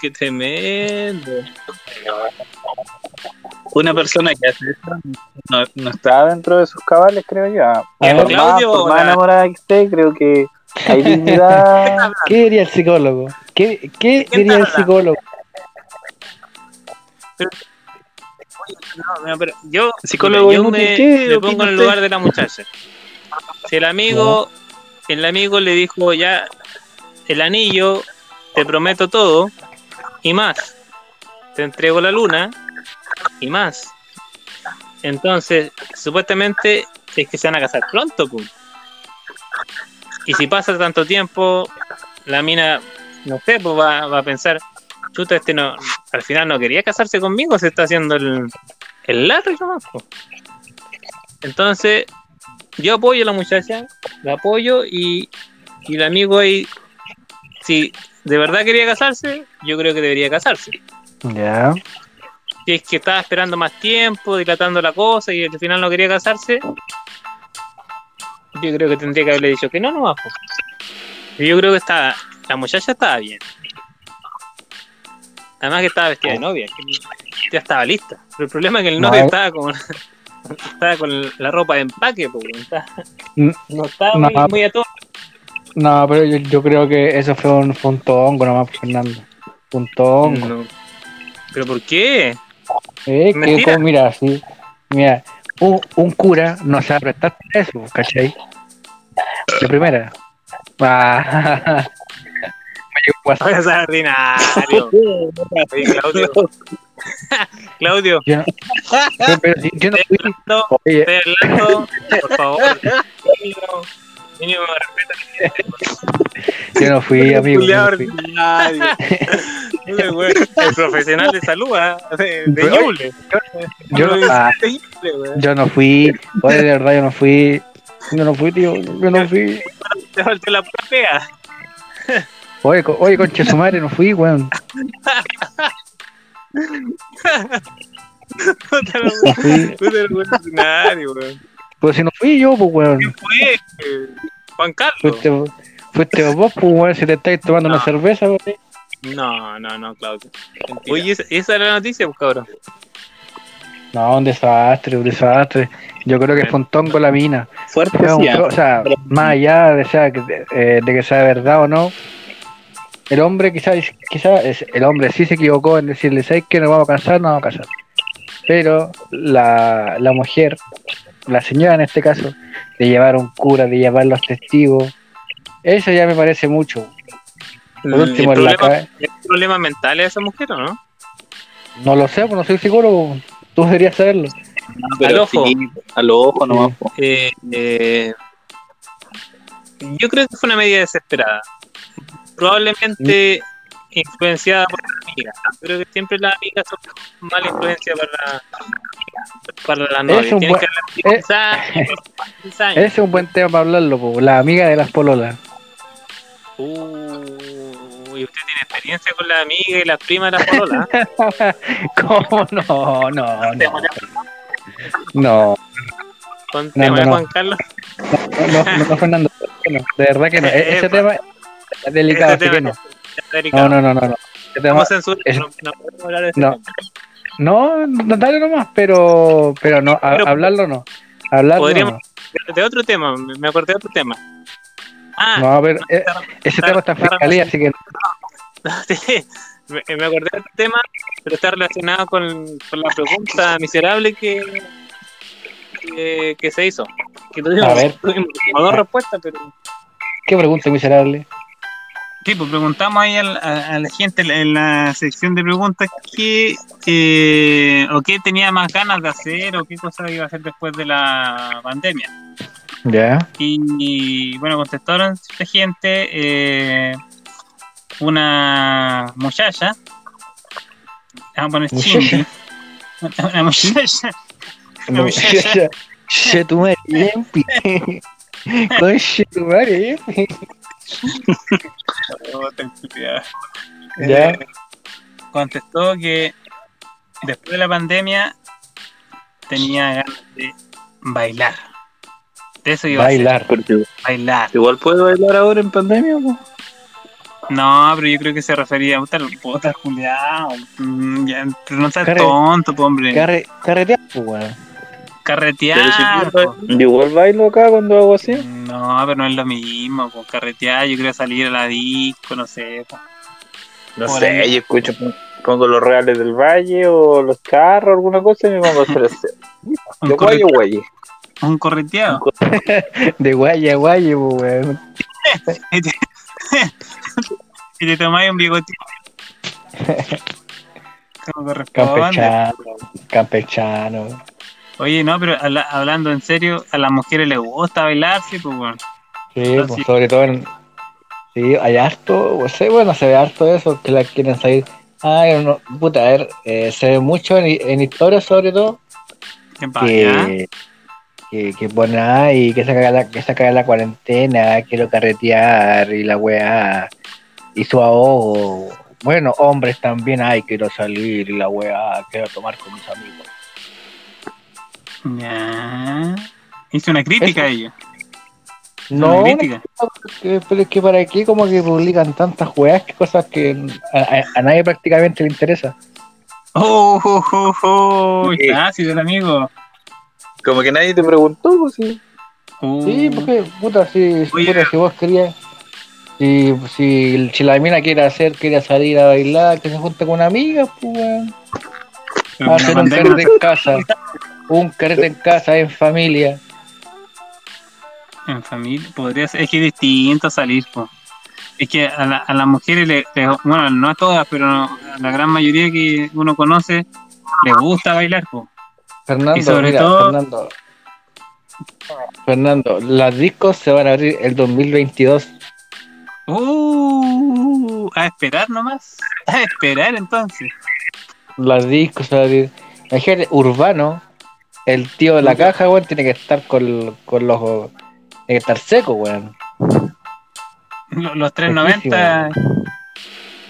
C: qué tremendo.
D: Una persona que hace eso no, no está dentro de sus cabales, creo yo. Ah,
B: ver,
D: por más,
C: Claudio,
D: por más
C: la-
D: enamorada que esté, creo que
B: <laughs>
D: hay dignidad.
B: ¿Qué diría el psicólogo? ¿Qué, qué diría el
C: habla?
B: psicólogo?
C: No, mira, pero yo,
D: Psicólogo
C: mira, yo
D: inútil,
C: me,
D: ¿qué
C: me
D: opina
C: pongo en el
D: usted?
C: lugar de la muchacha. Si el amigo, el amigo le dijo ya el anillo, te prometo todo y más, te entrego la luna y más. Entonces, supuestamente es que se van a casar pronto, pu. Y si pasa tanto tiempo, la mina, no sé, pues va, va a pensar, chuta, este no, al final no quería casarse conmigo, se está haciendo el, el largo nomás, po. Entonces, yo apoyo a la muchacha, la apoyo y, y el amigo ahí, si de verdad quería casarse, yo creo que debería casarse.
B: Ya.
C: Si es que estaba esperando más tiempo, dilatando la cosa y al final no quería casarse, yo creo que tendría que haberle dicho que no, no va. Yo creo que está, la muchacha estaba bien. Además que estaba vestida de novia, que ya estaba lista. Pero el problema es que el
B: Oh. No,
C: novio
B: eh.
C: estaba con, <laughs> estaba con la ropa de empaque, po, weón. Estaba-
B: Mm,
C: no estaba
B: no.
C: muy, muy a todo.
B: No, pero yo, yo creo que eso fue un, fue un tongo nomás, Fernando. Un tongo.
C: No. ¿Pero por qué?
B: Eh, que,
C: Mentira.
B: como, mira, sí. Mira, un, un cura no se va a prestar para eso, ¿cachai? De primera. Ah, <laughs> me llegó un WhatsApp.
C: Es
B: <laughs>
C: ordinario. Oye, Claudio. <laughs> Claudio. Ah,
B: Pero, pero si yo no fui.
C: No.
B: Oye,
C: Estoy hablando, por favor. Mínimo, mínimo
B: yo no fui, amigo. yo no fui.
C: ordinario. Ese güey, El profesional de salud, ¿ah? de, de
B: Pero,
C: Ñuble.
B: Yo no, ah,
C: De Ñuble, güey.
B: yo no fui. Oye, de verdad, yo no fui. Yo no fui, tío. Yo no fui.
C: Te faltó la platea. <laughs>
B: Oye, co- oye conche su madre, no fui, weón.
C: Puta la
B: No
C: güey.
B: fui.
C: Puta la güey, ordinario, güey.
B: Pues si no fui yo, pues, weón.
C: Fue, eh, Juan Carlos.
B: Fuiste, fuiste vos, pues, weón. Si te estáis tomando
C: No.
B: una cerveza, weón.
C: No, no, no, Claudio. Oye, esa, esa era la noticia, pues, cabrón.
B: No, un desastre, un desastre. Yo creo que fue un tongo la mina.
D: Fuerte,
B: Fue un
D: sí, ah.
B: pro- o sea, más allá de, sea que- de- eh, de que sea verdad o no, el hombre quizás quizás el hombre sí se equivocó en decirle, ¿sabes que nos vamos a casar? Nos vamos a casar. Pero la, la mujer, la señora en este caso, de llevar un cura, de llevar los testigos, eso ya me parece mucho. Por último,
C: el
B: en la
C: problema,
B: cabe-
C: ¿Hay problemas mentales de esa mujer o no?
B: no lo sé, pues no soy psicólogo, tú deberías saberlo.
D: Pero
C: al ojo.
D: sí, al ojo nomás. po.
C: Eh, eh, yo creo que fue una medida desesperada. Probablemente influenciada por la amiga. Creo que siempre las amigas son mala influencia para, para las novias.
B: un
C: Tienen
B: buen- eh,
C: que hablar
B: es-
C: de años, diez años.
B: Ese es un buen tema para hablarlo, po, la amiga de las pololas.
C: Uh, y usted tiene experiencia con las amigas y las primas de las
B: <laughs>
C: pololas. ¿eh?
B: ¿Cómo no? No, no. No,
C: Con-
B: No, no,
C: con
B: no.
C: Juan Carlos.
B: no, no, no, Fernando. no, de verdad que no. E- Ese
C: Eh,
B: tema es delicado,
C: ese
B: así que
C: tema
B: no.
C: está delicado.
B: No, no, no, no. No, Ese tema-
C: Vamos a censurar,
B: es-
C: no, no podemos hablar de ese
B: no.
C: tema.
B: no, no, dale nomás, pero, pero no, a-
C: Pero-
B: hablarlo no. Hablarlo
C: Podríamos-
B: no.
C: De otro tema, me me acordé de otro tema. Ah,
B: No, a ver, eh, ese
C: está-
B: tema está en
C: está
B: fiscalía, así que
C: <laughs> Sí, me, me acordé del tema, pero está relacionado con, con la pregunta miserable que, que, que se hizo. Que tuvimos,
B: A ver.
C: tuvimos como dos respuestas, pero
B: qué pregunta miserable.
E: Sí, pues preguntamos ahí al- a, a la gente en la sección de preguntas qué eh, o qué tenía más ganas de hacer o qué cosa iba a hacer después de la pandemia.
B: Ya.
C: Y, y, bueno, contestaron cierta gente, eh, una muchacha, vamos a poner <laughs>
B: Muchacha.
C: Cindy, una, una muchacha, una muchacha
B: Che tu madre, Lempi. Conche tu madre, Lempi.
C: Oh, tranquilidad.
B: Ya.
C: contestó que después de la pandemia tenía ganas de bailar. De eso iba
B: Bailar.
D: Porque
C: a ser, bailar.
D: igual puedo bailar ahora en pandemia, po.
C: No, pero yo creo que se refería a puta, puta Julián. mm, ya, pero no seas
B: Carre-
C: tonto, po, hombre.
B: Carre, carretear, pues, weón.
C: carretear.
D: Pero
C: po.
D: si- yo igual bailo acá cuando hago así.
C: No, pero no es lo mismo. po, Carretear, yo quiero salir a la disco, no sé. po.
D: No
C: Por
D: sé,
C: ahí.
D: yo escucho, pongo los reales del valle o los carros, alguna cosa y me pongo a hacer así.
C: Un,
D: Yo
C: corre-
D: guayo, guayo.
C: un correteado.
B: De guaya a guaya, pues, weón.
C: Y te tomáis un bigotito. Como corresponde.
B: Campechano. Campechano.
C: Oye, no, pero habla- hablando en serio, a las mujeres les gusta bailar, sí, pues bueno.
B: Sí,
C: Ah,
B: pues,
C: sí.
B: sobre todo en. Sí, hay harto, o sea, bueno, se ve harto de eso, que la quieren salir. Ay, no, puta, a ver, eh, se ve mucho en, en historias, sobre todo,
C: ¿Qué pasa?
B: que, que, que ponen, ay, que saca la, que saca la cuarentena, quiero carretear y la weá, y su ahogo. Bueno, hombres también, ay, quiero salir y la weá, quiero tomar con mis amigos.
C: Ya. Hice una crítica a ellos.
B: No,
C: una crítica.
B: que- pero es que para qué como que publican tantas weas, que cosas que a, a- a nadie prácticamente le interesa.
C: Oh, oh, oh, oh,
D: Sí.
C: ácido el amigo.
D: Como que nadie te preguntó, pues sí.
C: Uh,
B: Sí, porque, puta, si,
C: Oye.
B: puta, si vos querías, si, si, si la mina quiere hacer, quiere salir a bailar, que se junte con una amiga, pues, weón.
C: pero
B: hacer
C: con
B: un
C: la pandemia-
B: carrete en casa, un carrete en casa, en familia.
C: En familia, podría ser, es que es distinto salir, po. Es que a, la- a las mujeres, le- le- bueno, no a todas, pero a la gran mayoría que uno conoce, les gusta bailar, po.
B: Fernando,
C: Y sobre
B: mira,
C: todo-
B: Fernando. Fernando, las discos se van a abrir el 2022.
C: Uh, a esperar nomás. A esperar entonces.
B: Las discos se van a abrir. Imagínate, Urbano, el tío de la caja, weón, tiene que estar con, con los... Tiene que estar seco, weón.
C: Lo- Los 390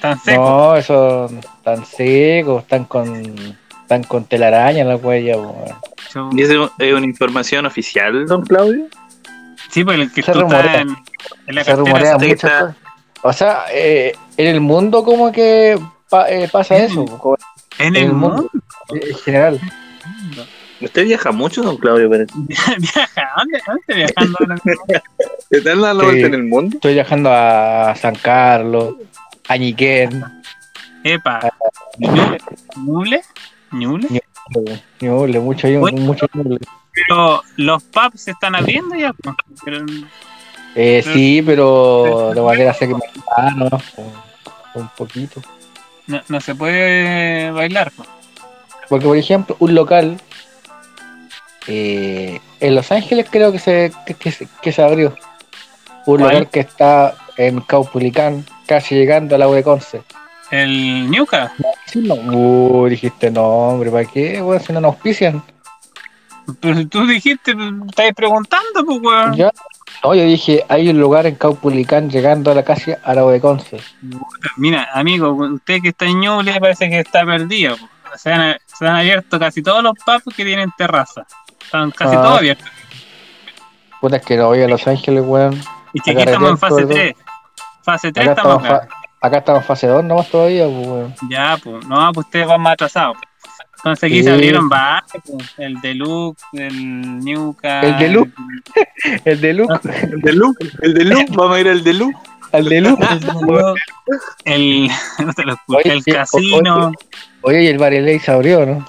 C: tan secos.
B: No, esos tan secos, están con, tan con telaraña en la huella. weón.
C: Yo-
D: ¿Y eso es una información oficial, don Claudio?
C: Sí, porque el que
B: Se
C: tú estás
B: rumorea.
C: en, en la
B: Se
C: cartera.
B: rumorea
D: sí,
B: mucho.
D: está.
B: O sea, eh, en el mundo como que pa- eh, pasa
C: Mm.
B: eso, como
C: En
B: en
C: el
B: el mundo
C: mundo.
B: en general.
D: Usted viaja mucho, don Claudio, parece.
C: Viaja, ¿dónde, dónde viajando
B: <laughs>
C: ahora mismo?
D: ¿Te dan la
B: Sí.
D: vuelta en el mundo?
B: Estoy viajando a San Carlos, a Ñiquén,
C: Epa. ¿Ñule? ¿Ñule? ¿Ñule?
B: Ñuble, mucho,
C: Bueno.
B: mucho Ñuble.
C: Pero los pubs se están abriendo ya. po. Pero
B: Eh, sí, pero de manera segmentada, ¿no? Un poquito.
C: no, no se puede bailar. po.
B: Porque, por ejemplo, un local eh, en Los Ángeles creo que se, que, que se- que se abrió. Un
C: ¿Cuál?
B: local que está en Caupulicán, casi llegando a la de Conce.
C: El Ñuca.
B: Sí, no. Uh, dijiste, no, hombre, ¿para qué? Bueno, si no nos auspician.
C: Pero tú dijiste, estáis preguntando, pues, weón.
B: Ya. No, yo dije, hay un lugar en Caupulicán llegando a la casi a la de Conce.
C: Mira, amigo, usted que está en Ñuble parece que está perdido. po. Se han, se han abierto casi todos los pubs que tienen terraza. Están casi
B: Ah.
C: todos abiertos.
B: Puta, es que no voy a Los Ángeles, weón.
C: Y que aquí estamos en fase
B: Agarreteando,
C: 3. Fase 3
B: Acá
C: estamos
B: estamos,
C: acá.
B: fa- acá estamos fase 2 nomás todavía, pues, weón.
C: Ya, pues. No, pues ustedes van más atrasados. po. Entonces aquí se
B: Sí.
C: abrieron bares, po. el Deluxe, el Newca.
B: El Deluxe. El de Luke,
D: El de Luke, el de <laughs> Luke, vamos a ir al de Luke.
B: el de Luke.
C: El, <laughs> no te lo escuché,
B: Oye,
C: el
B: sí, o-
C: casino.
B: Oye, y el Bareley se abrió, ¿no?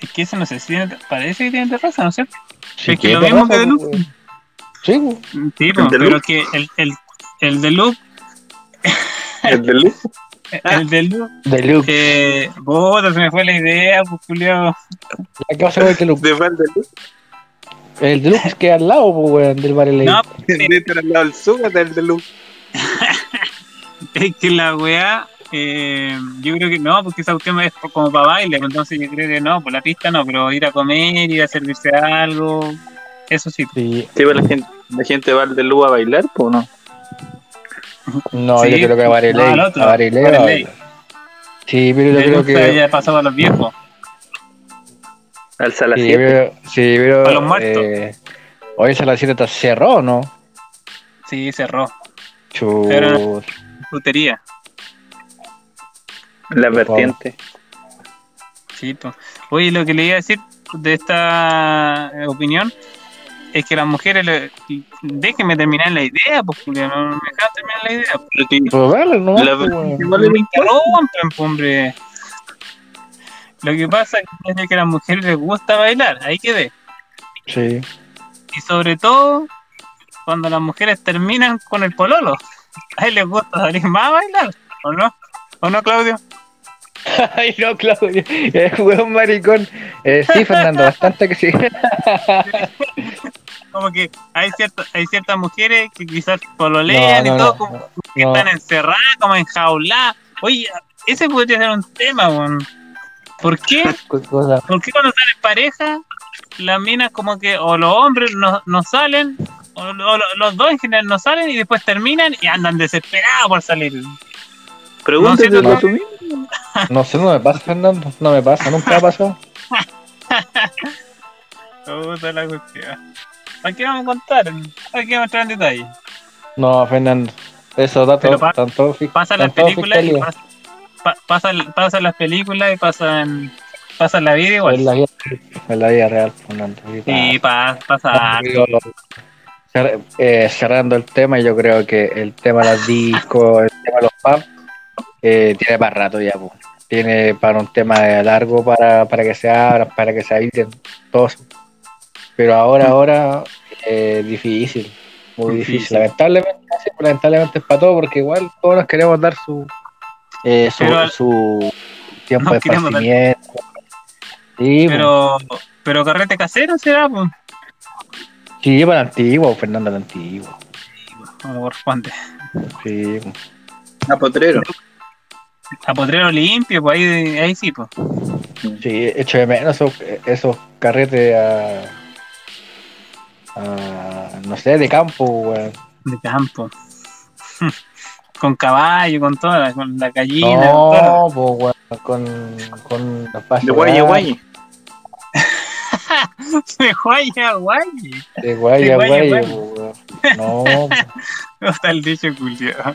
C: Es que eso no sé si tiene- parece que tiene terraza, ¿no es cierto?
B: Sí,
C: es que lo mismo que Deluxe.
B: Sí, weón.
C: Sí, po,
D: ¿El Deluxe?
C: pero que el, el, el Deluxe
D: El de Luke. Ah.
C: El del Lu.
B: Deluxe.
C: Eh, puta, se me fue la idea, pues, culiao.
B: ¿A qué vas a ver que Luke?
D: ¿Te va el de Luke?
B: El deluxe queda al lado, pues, weón, del bar LA.
C: No,
D: este
F: Pero al lado del súbete el de luz.
C: Es que la weá, eh, yo creo que no, porque esa cuestión es como para baile, pues, entonces yo creo que no, por la pista no, pero ir a comer, ir a servirse algo, eso sí.
B: Sí,
D: Sí, pues la gente, la gente va al de Lu a bailar, pues no.
B: no,
C: Sí,
B: yo creo que a Bareley.
C: no, al otro,
B: a Bareley.
C: Bar
B: va-
C: LA.
B: Sí, pero
C: Yo
B: yo creo que.
C: ya pasaba a los viejos.
D: Al sala
B: Sí,
D: 7.
B: pero. Sí, pero
C: A los muertos.
B: eh, hoy esa la está cerró, ¿no?
C: Sí, cerró.
B: Chus.
C: Pero- Frutería.
D: La vertiente.
C: Sí, po. Oye, lo que le iba a decir de esta eh, opinión es que las mujeres, le- déjenme terminar la idea, porque no me dejan terminar la idea. po.
B: Pues vale, no.
D: La-
B: pues, weón.
C: No me interrumpan, po, hombre. Lo que pasa es que a las mujeres les gusta bailar, ahí quedé.
B: Sí.
C: <laughs> Y sobre todo cuando las mujeres terminan con el pololo. <laughs> A él les gusta salir más a bailar, ¿o no? ¿O no, Claudio?
B: <laughs> Ay, no, Claudio. Es un maricón. Eh, sí, Fernando, bastante que sí.
C: Como que hay, cierta- hay ciertas mujeres que quizás pololean y todo, como que
B: no.
C: están encerradas, como enjauladas. Oye, ese podría ser un tema, weón. ¿Por qué?
B: Qué cosa.
C: ¿Por qué cuando salen pareja, las minas como que, o los hombres no, no salen, o, lo- o lo- los dos en general no salen y después terminan y andan desesperados por salir?
D: Pregúntate
C: No, sí,
D: tú mismo.
B: No sé, no me pasa, Fernando. No me pasa, nunca me ha pasado.
C: Puta la cuestión. ¿Para qué vamos a contar? ¿Para qué vamos a entrar en detalle?
B: No, Fernando. Esos datos
C: Pero pa-
B: están todos fijos.
C: Pasan las películas y pas- pa- pasan, pasan las películas y pasan, pasan la vida
B: Es la
C: igual.
B: vida, en la vida real, Fernando.
C: Sí, pa- pasa.
B: Ah, yo- cer- eh, cerrando el tema, yo creo que el tema de los discos, el tema de los pubs, eh, tiene para rato ya. po. Tiene para un tema de largo para, para que se abran, para que se habiten todos. Pero ahora,
C: Mm.
B: ahora, eh, difícil, muy difícil.
C: Difícil.
B: Lamentablemente, sí, lamentablemente es para todo, porque igual todos nos queremos dar su, eh, su,
C: Pero-
B: su tiempo
C: Nos
B: de
C: queremos dar-
B: esparcimiento. Sí, po.
C: Pero, pero carrete casero será, pues.
B: pues. sí, para el antiguo, Fernando, el antiguo.
C: Como corresponde.
B: Sí, po.
D: A Ah, potrero.
C: A potrero limpio, pues ahí, ahí sí, pues.
B: Sí, echo de menos esos, esos carretes a, a- No sé, de campo, weón.
C: De campo. <laughs> con caballo, con toda la, con la gallina. con todo.
B: No, po, weón, con, con los pasos.
D: De guaya, guaya.
C: De guaya, guaya.
B: De guaya,
C: De guaya,
B: guaya,
C: guaya.
B: po, weón. No, po.
C: No está el dicho culiao.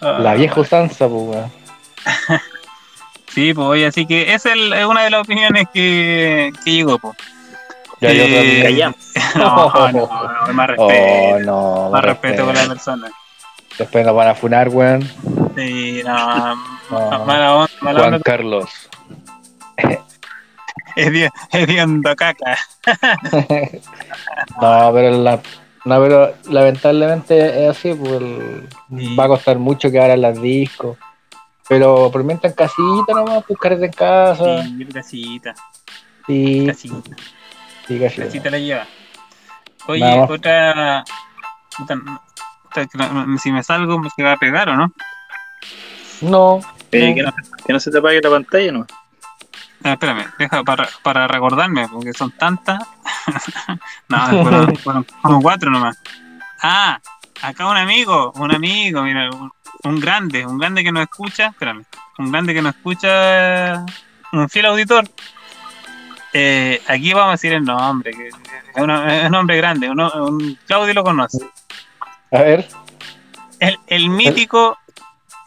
B: la vieja usanza, po, weón.
C: Sí, pues oye, así que esa es el- es una de las opiniones que, que llegó, pues.
B: Ya, yo
C: Eh,
B: también.
D: Callamos.
C: <laughs> No, no,
B: <laughs>
C: no, más respeto.
B: Oh, no.
C: más respeto
B: respeto.
C: con la persona.
B: Después nos van a funar, weón.
C: Sí, no,
B: No.
C: mala onda, mala
B: Juan
C: onda.
B: Carlos.
C: Es de, es de onda caca.
B: No, pero la, no, pero lamentablemente es así, pues el-
C: Sí.
B: va a costar mucho que abran las discos. Pero por mientras en casita nomás, buscar en casa.
C: Sí, casita,
B: Sí,
C: casita.
B: sí, casi.
C: Así te la lleva. Oye,
B: Nada más.
C: otra. puta, puta, que no- Si me salgo, me se va a pegar o no? pues,
B: No,
D: Eh, que, no, que no se te apague la pantalla, ¿no?
C: Ah, espérame, deja para, para recordarme, porque son tantas. <laughs> no, fueron, fueron como cuatro nomás. Ah, acá un amigo, un amigo, mira, un, un grande, un grande que nos escucha, espérame, un grande que nos escucha, un fiel auditor. Eh, aquí vamos a decir el nombre, que es, una- es un hombre grande, uno- un- Claudio lo conoce.
B: a ver,
C: El, el mítico,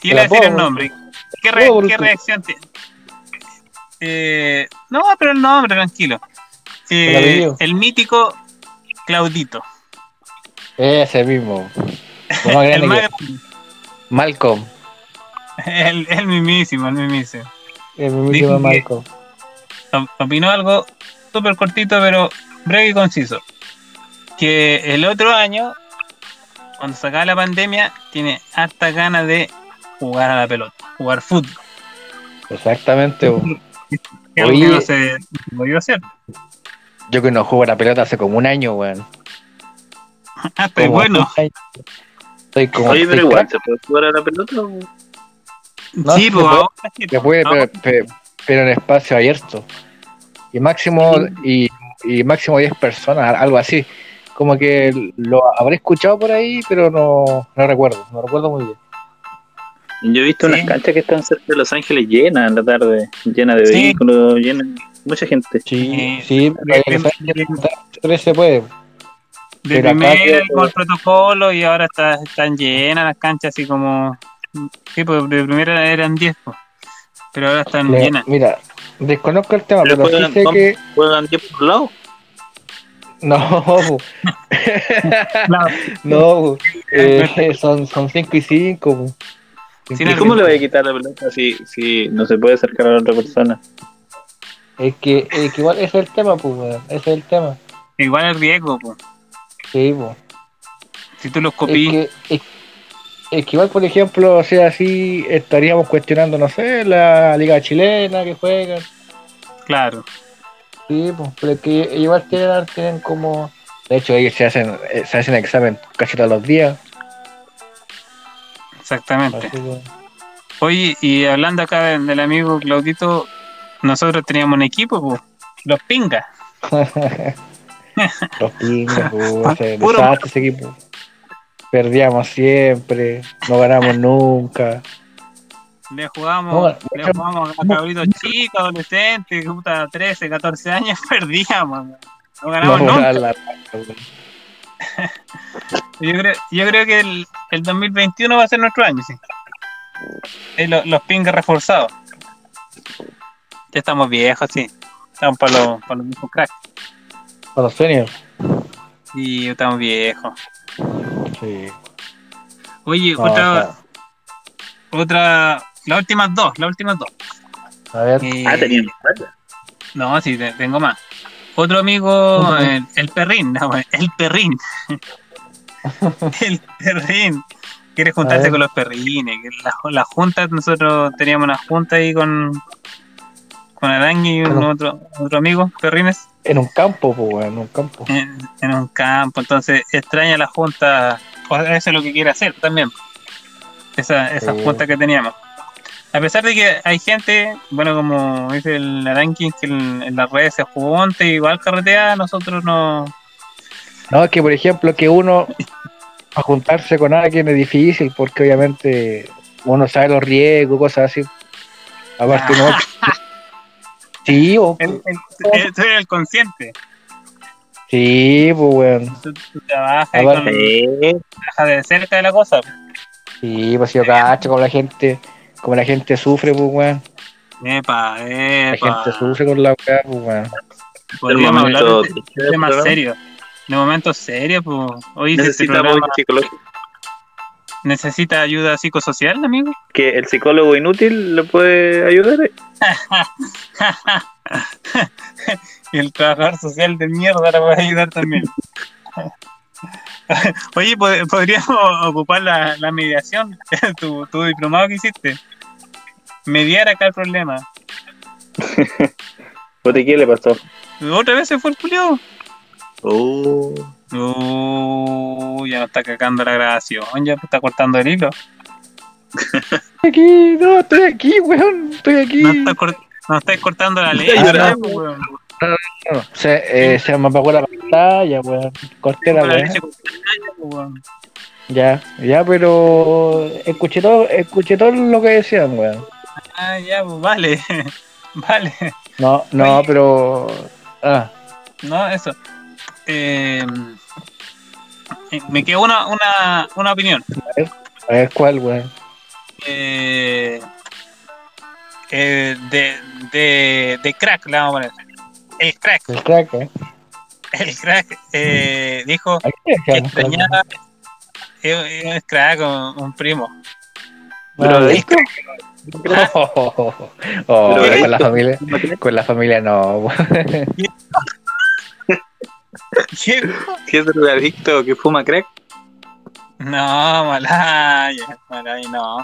C: y
B: el
C: iba a decir el
B: apodo.
C: nombre. ¿Qué, re-
B: Apodo,
C: qué
B: porque-
C: reacción tiene? Eh, no, pero el nombre, tranquilo. Eh,
B: El apellido.
C: el mítico Claudito. <laughs>
B: ese mismo. Lo más
C: El,
B: grande que-
C: más-
B: Malcolm.
C: <laughs> el, el mismísimo, el mismísimo.
B: El mismo
C: Dicen que-
B: Malcolm.
C: Op- Opinó algo súper cortito, pero breve y conciso. Que el otro año, cuando se acabe la pandemia, tiene harta ganas de jugar a la pelota, jugar fútbol. <laughs>
B: Exactamente. po.
C: que algo
B: Oye.
C: que no se podía hacer.
B: Yo que no juego a la pelota hace como un año,
C: <laughs>
B: weón.
C: Ah, está
B: Como
C: bueno.
B: un año. Estoy como.
D: Oye, pero
B: estoy
D: igual,
B: crack,
D: ¿se puede jugar a la pelota? o-
B: no
C: sí,
B: se
C: pues
B: puede.
C: ahora sí,
B: se puede,
C: ahora-
B: pero, pe- pero en espacio abierto. Y máximo, y, y máximo 10 personas, algo así. Como que lo habré escuchado por ahí, pero no, no recuerdo, no recuerdo muy bien.
D: Yo he visto
C: Sí.
D: unas canchas que están cerca de Los Ángeles llenas en la tarde, llenas de
C: Sí.
D: vehículos, llenas mucha gente.
B: Sí,
C: Eh,
B: sí, pero
C: eh,
B: hay que saber que tres se puede.
C: de
B: Pero acá
C: primera
B: que- eh,
C: con el protocolo y ahora está, están llenas las canchas así como sí, pues de primera eran 10 pues, pero ahora están
B: Le-
C: llenas
B: Mira, desconozco el tema,
D: Pero
B: pero sí
D: juegan
B: sé
D: con-
B: que.
D: ¿Juegan 10 por lado?
B: No, <laughs> bu.
C: Claro.
B: no, bu. Eh, son 5 y 5.
C: Sin
D: ¿Y cómo le voy a quitar la pelota si, si no se puede acercar a la otra persona?
B: Es que, es que igual ese es el tema, pues, weón, ese es el tema.
C: igual el riesgo pues,
B: Sí, pues.
C: si tú los
B: es
C: copias
B: que, es, es que igual, por ejemplo, o sea, así estaríamos cuestionando, no sé, la liga chilena que juegan.
C: claro
B: Sí, pues, pero es que igual tienen, tienen como... De hecho, ellos se hacen, eh, se hacen examen casi todos los días.
C: exactamente
B: así que-
C: oye y hablando acá del, del amigo Claudito nosotros teníamos un equipo pues, los pingas
B: <laughs> Los pingos,
C: <laughs>
B: pues, ese
C: Puro-
B: desastre ese equipo. Perdíamos siempre, no ganamos nunca. pues.
C: le jugamos
B: Ahora,
C: le jugamos a cabritos chicos adolescentes puta, 13 14 años <laughs> perdíamos man. no ganamos
B: No, pues,
C: nunca
B: la- la- la-
C: Yo creo, yo creo que el, el 2021 va a ser nuestro año, sí. Eh, lo- los pingas reforzados. Ya estamos viejos, sí. Estamos para los, para los mismos cracks.
B: Para los sueños.
C: Y estamos viejos.
B: Sí.
C: Oye,
B: No,
C: otra,
B: o
C: otra. Las últimas dos, las últimas dos.
B: sea, a ver,
C: Eh,
D: Ah, tenían plata.
C: No, sí, te- tengo más. Otro amigo, el, el perrín, no, el <laughs> perrín. el perrín. Quiere
B: A
C: juntarse
B: ver.
C: con los perrines. que La, la junta, nosotros teníamos una junta ahí con, con Adán y un
B: Claro.
C: otro, otro amigo, perrines,
B: en un campo, pues, weón, en un campo.
C: en, en un campo. Entonces extraña la junta, o sea, eso es lo que quiere hacer también. Esa, esa
B: Sí.
C: junta que teníamos. A pesar de que hay gente, bueno, como dice el Aranqui, que en, en las redes se junta y igual carretea, nosotros no.
B: No, es que por ejemplo, que uno a juntarse con alguien es difícil porque obviamente uno sabe los riesgos, cosas así. Aparte,
C: <laughs>
B: no. Sí, o,
C: Él es eh, el consciente.
B: sí, pues, weón.
C: Tú, tú trabajas ahí
B: Aparte-
C: con,
D: Sí.
C: trabajas de cerca de la cosa.
B: Sí, pues yo cacho como la gente, como la gente sufre, pues, weón.
C: Epa,
B: La
C: epa.
B: gente sufre con la weá, pues, weón.
C: Podríamos
D: El
C: hablar
D: momento
C: de, este
D: de-
C: de
D: del
C: temas
D: programa.
C: serios. De momentos serios, pues. Hoy si este
D: Necesita apoyo
C: programa
D: psicológico.
C: necesita ayuda psicosocial, amigo.
D: Que el psicólogo inútil le puede ayudar. ahí.
C: Y el trabajador social de mierda la va a ayudar también. Oye, pod- podríamos ocupar la, la mediación, <laughs> tu, tu diplomado que hiciste. Mediar acá el problema.
D: ¿Bote qué le pasó?
C: ¿Otra vez se fue el culiao?
D: Oh.
C: Uh, ya no está cagando la grabación, ya está cortando el hilo.
B: Estoy aquí, no, estoy aquí, weón, estoy aquí.
C: No está, cor- no está cortando
B: <laughs>
C: la ley.
B: llorando. No, se, eh, se me apagó la pantalla, weón. Corté la weá.
C: pues,
B: Ya, ya, pero escuché todo, escuché todo lo que decían, weón.
C: Ah, ya, pues vale. <laughs> Vale.
B: No, no,
C: Oye.
B: pero. Ah,
C: No, eso. Eh, eh, me quedó una, una, una opinión.
B: a ver cuál, weón.
C: Eh, eh, de, de, de crack, la vamos a poner. El crack,
B: El crack, eh.
C: el crack eh, dijo
B: ¿A qué
C: que
B: decían?
C: extrañaba. Es es crack, un, un primo.
B: Ah,
D: Pero
B: ¿viste? Oh, oh, <laughs> oh, oh. Oh,
D: Pero
B: con la familia, con la familia no, weón.
D: Si es drogadicto que fuma crack,
C: No, Malaya, Malaya no.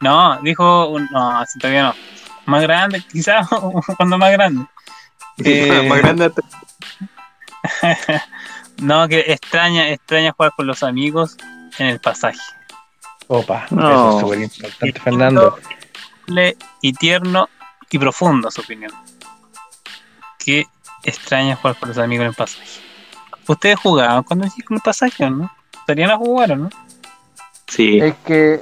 C: No, dijo un, no, así todavía no.
E: más grande, quizás <laughs> cuando más grande.
D: Eh, más grande hasta-
E: No, que extraña, extraña jugar con los amigos en el pasaje.
B: Opa,
D: No.
B: eso es súper importante, Fernando.
E: Le- Y tierno
B: <laughs>
E: y profundo su opinión. Que extraña jugar con los amigos en el pasaje. Ustedes jugaban cuando chicos en el pasaje, ¿o ¿no? Estarían a jugar, ¿o ¿no?
D: Sí.
B: Es que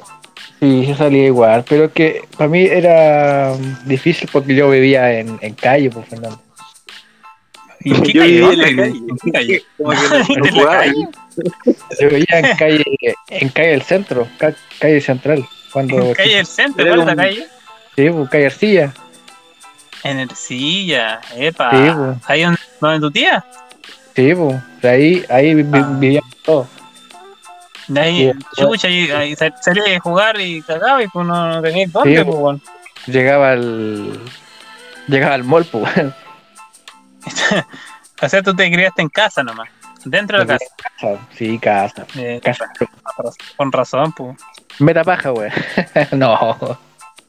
B: sí, yo salía igual, pero es que para mí era mm, difícil porque yo vivía en, en calle, pues Fernando.
D: <laughs>
E: ¿Y en qué
D: Yo
E: calle?
D: vivía en
E: ¿Dónde
D: la calle.
E: vivías? ¿En qué calle?
D: Como que no-
E: ¿En
D: no
E: la
D: jugaba.
E: calle?
B: Yo vivía en calle, en calle del centro, ca- calle central, cuando
E: <laughs> ¿En calle del centro?
D: Era
E: ¿Cuál es la
D: un-
E: calle?
B: sí, pues, calle Arcilla,
E: En Ercilla, epa.
B: sí, pues,
E: ¿Ahí donde, donde tu tía?
B: sí, pues, de ahí, ahí vi- vi-
E: Ah.
B: vivíamos todos.
E: De ahí,
D: pues.
B: Sí,
E: chucha, ahí, ahí sal- salí a jugar y cagaba y pues no, no tenías dónde,
B: Sí,
E: pues, weón.
B: Llegaba al llegaba al mall,
E: <laughs>
B: pues. weón.
E: O sea, tú te criaste en casa nomás, dentro de la casa.
B: Sí, casa.
E: Eh,
B: casa.
E: con razón, pues.
B: Meta paja, güey. <laughs> no,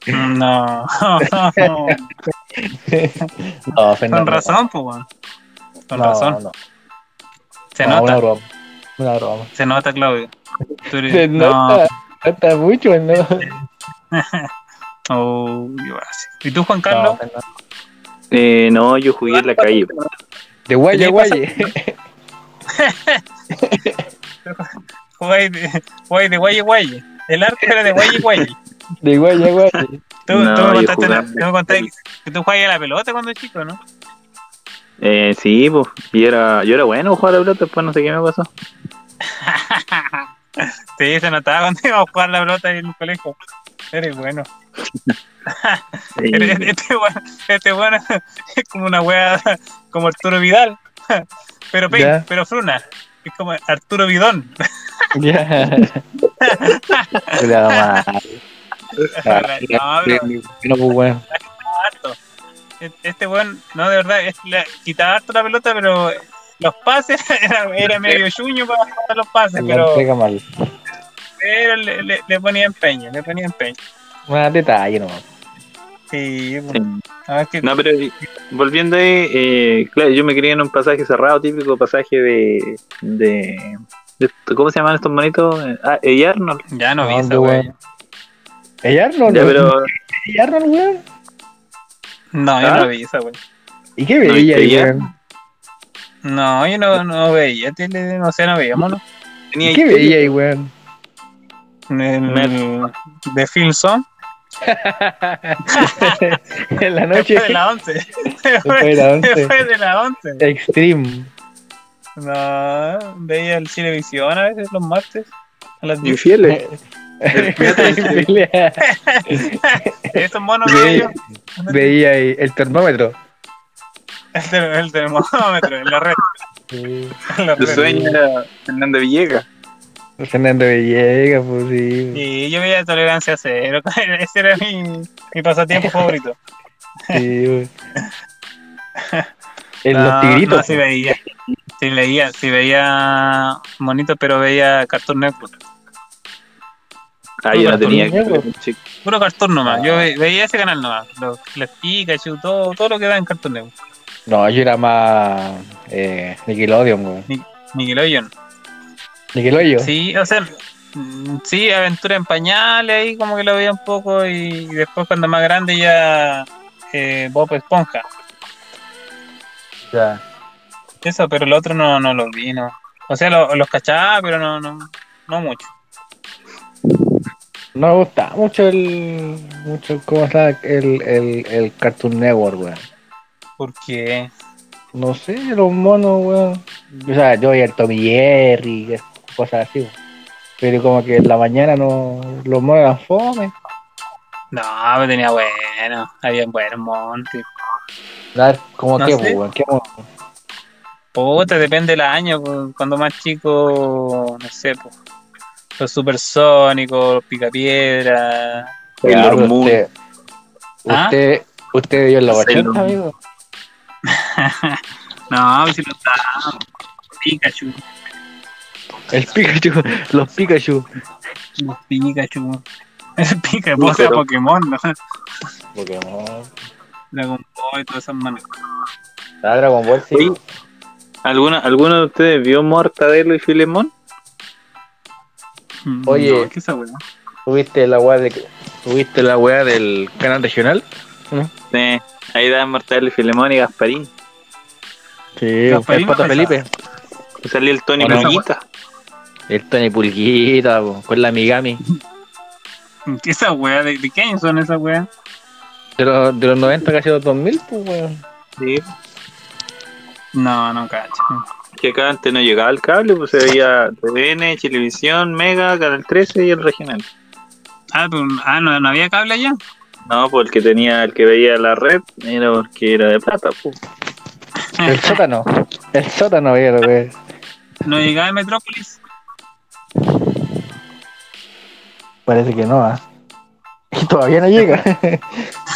E: No,
B: <laughs> no, Fernando.
E: con razón, pues, weón. Con
B: no,
E: razón.
B: no.
E: Se
B: No,
E: nota,
B: Una broma. Una broma.
E: se nota, Claudio. Tú eres-
B: Se
E: no,
B: nota, nota mucho, ¿no?
E: Oh, qué básico. ¿Y tú, Juan
B: No,
E: Carlos?
B: Fernando.
D: Eh, no, yo jugué en la calle.
B: de guaye,
E: ¿Qué pasa?
B: guaye.
E: Guay de, guay de guaye, guaye. El arte era de guaye, guaye.
B: <laughs> De guaye,
E: <laughs>
B: guaye.
E: Tú,
D: No,
E: tú me
D: yo
E: contaste,
D: jugaba-
E: tú me contaste que tú jugabas a la pelota cuando chico, ¿no?
D: Eh, sí, pues. Y era, yo era bueno jugar a la pelota, después no sé qué me pasó.
E: Sí, se notaba cuando iba a jugar la pelota ahí en el colegio. Eres bueno.
D: <laughs>
E: Eres-
D: Eh,
E: este, bueno este bueno <laughs> es como una wea como Arturo Vidal. <laughs> Pero pin,
B: Ya.
E: pero fruna. Es como Arturo Vidón.
B: Ya. Cuidado, más.
E: No,
B: Ah,
E: pero
B: No, pues, bueno.
E: harto. Este weón, no, de verdad, es la- quitaba harto la pelota, pero los pases <laughs> era, era medio chuño para hacer los pases,
B: La
E: pero,
B: entrega mal.
E: pero le, le- le ponía empeño, le ponía empeño.
B: Más detalle, nomás.
E: Sí, bueno.
D: Sí.
E: A ver qué-
D: No, pero eh, volviendo ahí, eh, claro, yo me crié en un pasaje cerrado, típico pasaje de. de, de- ¿Cómo se llaman estos monitos? Eh, Ah, eh, Arnold.
E: ya no vi
B: No,
E: esa
B: de
E: wea.
B: weón. ¿Es Arnold?
D: Ya,
B: <laughs>
D: pero.
B: ¿Es Arnold, weón?
E: No, yo
D: ¿Ah?
E: no vi esa wea.
B: ¿Y qué
D: No,
B: veía ahí,
D: ¿y
B: weón?
E: No, yo no, no veía tele, no sé, no veíamos, ¿no?
D: Tenía
B: ¿Y ¿Qué veía ahí, weón?
E: El- De Phil Song.
B: <laughs> en la noche.
E: Después de la 11.
B: Después
E: <laughs>
B: de la once.
E: Después de la 11.
B: Extreme.
E: No, veía el Cinevisión a veces los martes. A las 10.
D: infieles.
B: <laughs> veía,
E: Esos monos
B: Ve-
E: veía yo.
B: veía ahí el termómetro.
E: El, ter- el termómetro, en la red. en la
D: Tu
E: red.
D: sueño era Fernando Villegas.
B: Fernando Villegas, pues sí.
E: Y yo veía tolerancia cero. <laughs> Ese era mi, mi pasatiempo <laughs> favorito.
B: sí, <laughs> güey. En
E: No,
B: los tigritos.
E: Ah, No, sí veía. Sí veía, sí veía monito, pero veía Cartoon Network.
D: Ah, yo no
E: Cartoon
D: tenía.
B: Network.
D: chico.
E: Puro Cartoon nomás. Yo ve- veía ese canal nomás. Los, los Pikachu, todo, todo lo que da en Cartoon Network.
B: No, yo era más eh, Nickelodeon, güey.
E: Nickelodeon.
B: Nickelodeon.
E: Sí, o sea, mm, sí, aventura en pañales, ahí como que lo veía un poco y, después cuando más grande ya eh, Bob Esponja.
B: Ya.
E: Eso, pero el otro no, no lo vi, no. O sea, lo- los cachaba, pero no, no, no mucho.
B: No me gustaba mucho el. mucho cómo está el, el, el Cartoon Network, güey.
E: Porque
B: No sé, los monos, weón. O sea, yo y el Tommy Jerry, cosas así, weón. Pero como que en la mañana no, los monos eran fome.
E: no, me tenía bueno, había buenos montes.
B: Dar como
D: ¿Ah,
E: No
B: que,
E: sé.
B: weón, qué mono.
E: Puta, depende del año, pues, cuando más chico, no sé, pues, los supersónicos, los picapiedra,
B: Ya,
D: Sailor
B: pero
D: Moon.
B: Usted,
E: ¿Ah?
B: usted, usted vio en los
D: Sailor
B: 80,
D: Moon.
B: amigo.
E: no, si lo estaba, Pikachu,
B: El Pikachu, los Pikachu.
E: los <laughs> Pikachu, el Pika,
D: pero-
E: Pokémon, ¿no?
G: Pokémon.
E: Dragon Ball y todas esas manos.
G: Ah, Dragon Ball, sí.
D: Oye. ¿Alguna, ¿Alguno de ustedes vio Mortadelo y Filemón?
G: Oye.
E: No, es que esa weá.
G: Tuviste la weá de. Tuviste la weá del canal regional.
D: Sí, ahí da Mortadelo y Filemón y Gasparín.
G: Sí, el
E: Gasparín
G: Pato
E: no
G: Felipe.
D: Salió el Tony
G: Bueno, esa
D: Pellita.
G: El Tony Pulguita, po, con la Migami.
E: ¿Qué <laughs> esa weá? ¿De, de qué año son esas weá?
G: De los, de los 90 casi los 2000, pues, weón.
D: Sí,
E: No, no cacho.
D: que acá antes no llegaba el cable, pues se veía TVN, Televisión, Mega, Canal 13 y el regional.
E: Ah, pero ah, ¿no, no había cable allá.
D: No, porque tenía el que veía la red, era porque era de plata. pues. pu.
B: El sótano. El sótano, oye, lo que
E: No llegaba
B: <laughs>
E: de Metrópolis. <laughs>
B: Parece que no, ¿ah? Y todavía no llega.
G: <laughs>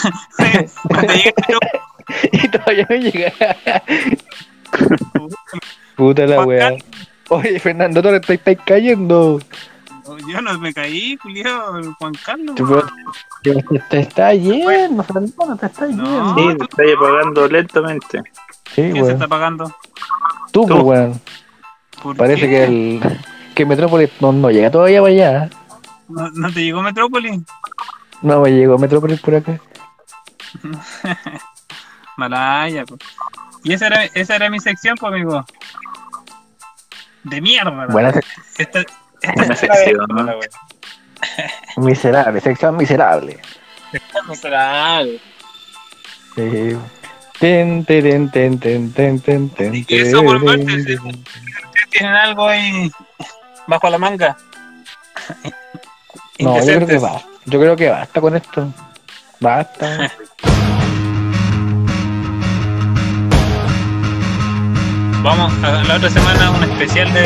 E: Sí, cuando llegué a Metrópolis,
B: y todavía no llega. Puta la weá. Oye, Fernando Torres, te estáis cayendo.
E: yo no me caí, Julio, Juan Carlos.
B: Te, te está yendo, Fernando, te está
G: Ah.
B: yendo.
E: No,
D: Sí, se está apagando lentamente.
G: <laughs>
B: Sí,
E: ¿quién se
B: weón.
E: está pagando?
B: Tú,
D: tú.
B: weón.
E: ¿Por
B: Parece
E: qué?
B: que el. Que Metrópolis no, no llega todavía para allá.
E: ¿No, no te llegó Metrópolis?
B: No me llegó Metrópolis por acá.
E: Malaya, pues. Y esa era, esa era mi sección, pues, amigo. De mierda. la
B: Buena sec-
E: Esta,
D: Una sección, ¿no?
E: la wea.
B: miserable, sección miserable.
E: Miserable.
B: Sí. Ten, ten, ten, ten, ten, ten, ten.
E: Y eso por
B: ten,
E: parte
B: ten,
E: de-
B: ten.
E: ¿Tienen algo ahí bajo la manga?
B: No, yo creo que
E: Indecentes.
B: va. Yo creo que basta con esto.
E: <laughs>
B: Basta.
E: Vamos a la otra semana un especial de,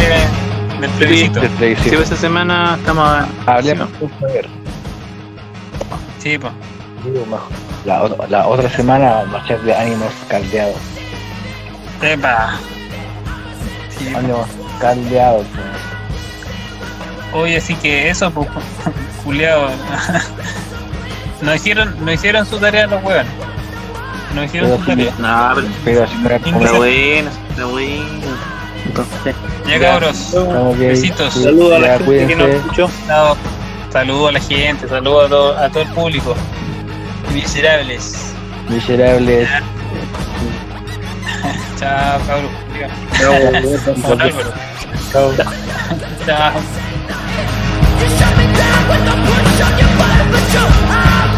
E: del plebiscito.
B: De
D: Sí,
B: televisión.
D: pues esta semana estamos.
B: Hablemos de poder.
E: Sí, pues.
B: Digo, mejor. La, otra- la otra semana va a ser de ánimos caldeados.
E: Epa. Sí, po.
B: Ánimos caldeados. weón.
E: Oye, así que eso, <laughs> pues, Juliado. <laughs> no, hicieron, no hicieron su tarea los huevones. No hicieron
B: Pero
E: su
B: sí,
E: tarea.
D: No, pero
B: Pero si no era como
D: está bueno, está bueno. Entonces,
E: Ya,
D: Ya.
E: cabros.
B: Como que-
E: Besitos.
B: sí,
D: saludo a la
B: ya,
D: gente que nos
B: cuídense.
D: escuchó.
E: Saludos a la gente, saludos a, todo- a todo el público. Miserables.
B: Miserables.
E: Chao, cabros. Diga, Don Álvaro.
B: Chao.
E: Chao.
H: You shut me down with the push of your button, but you, I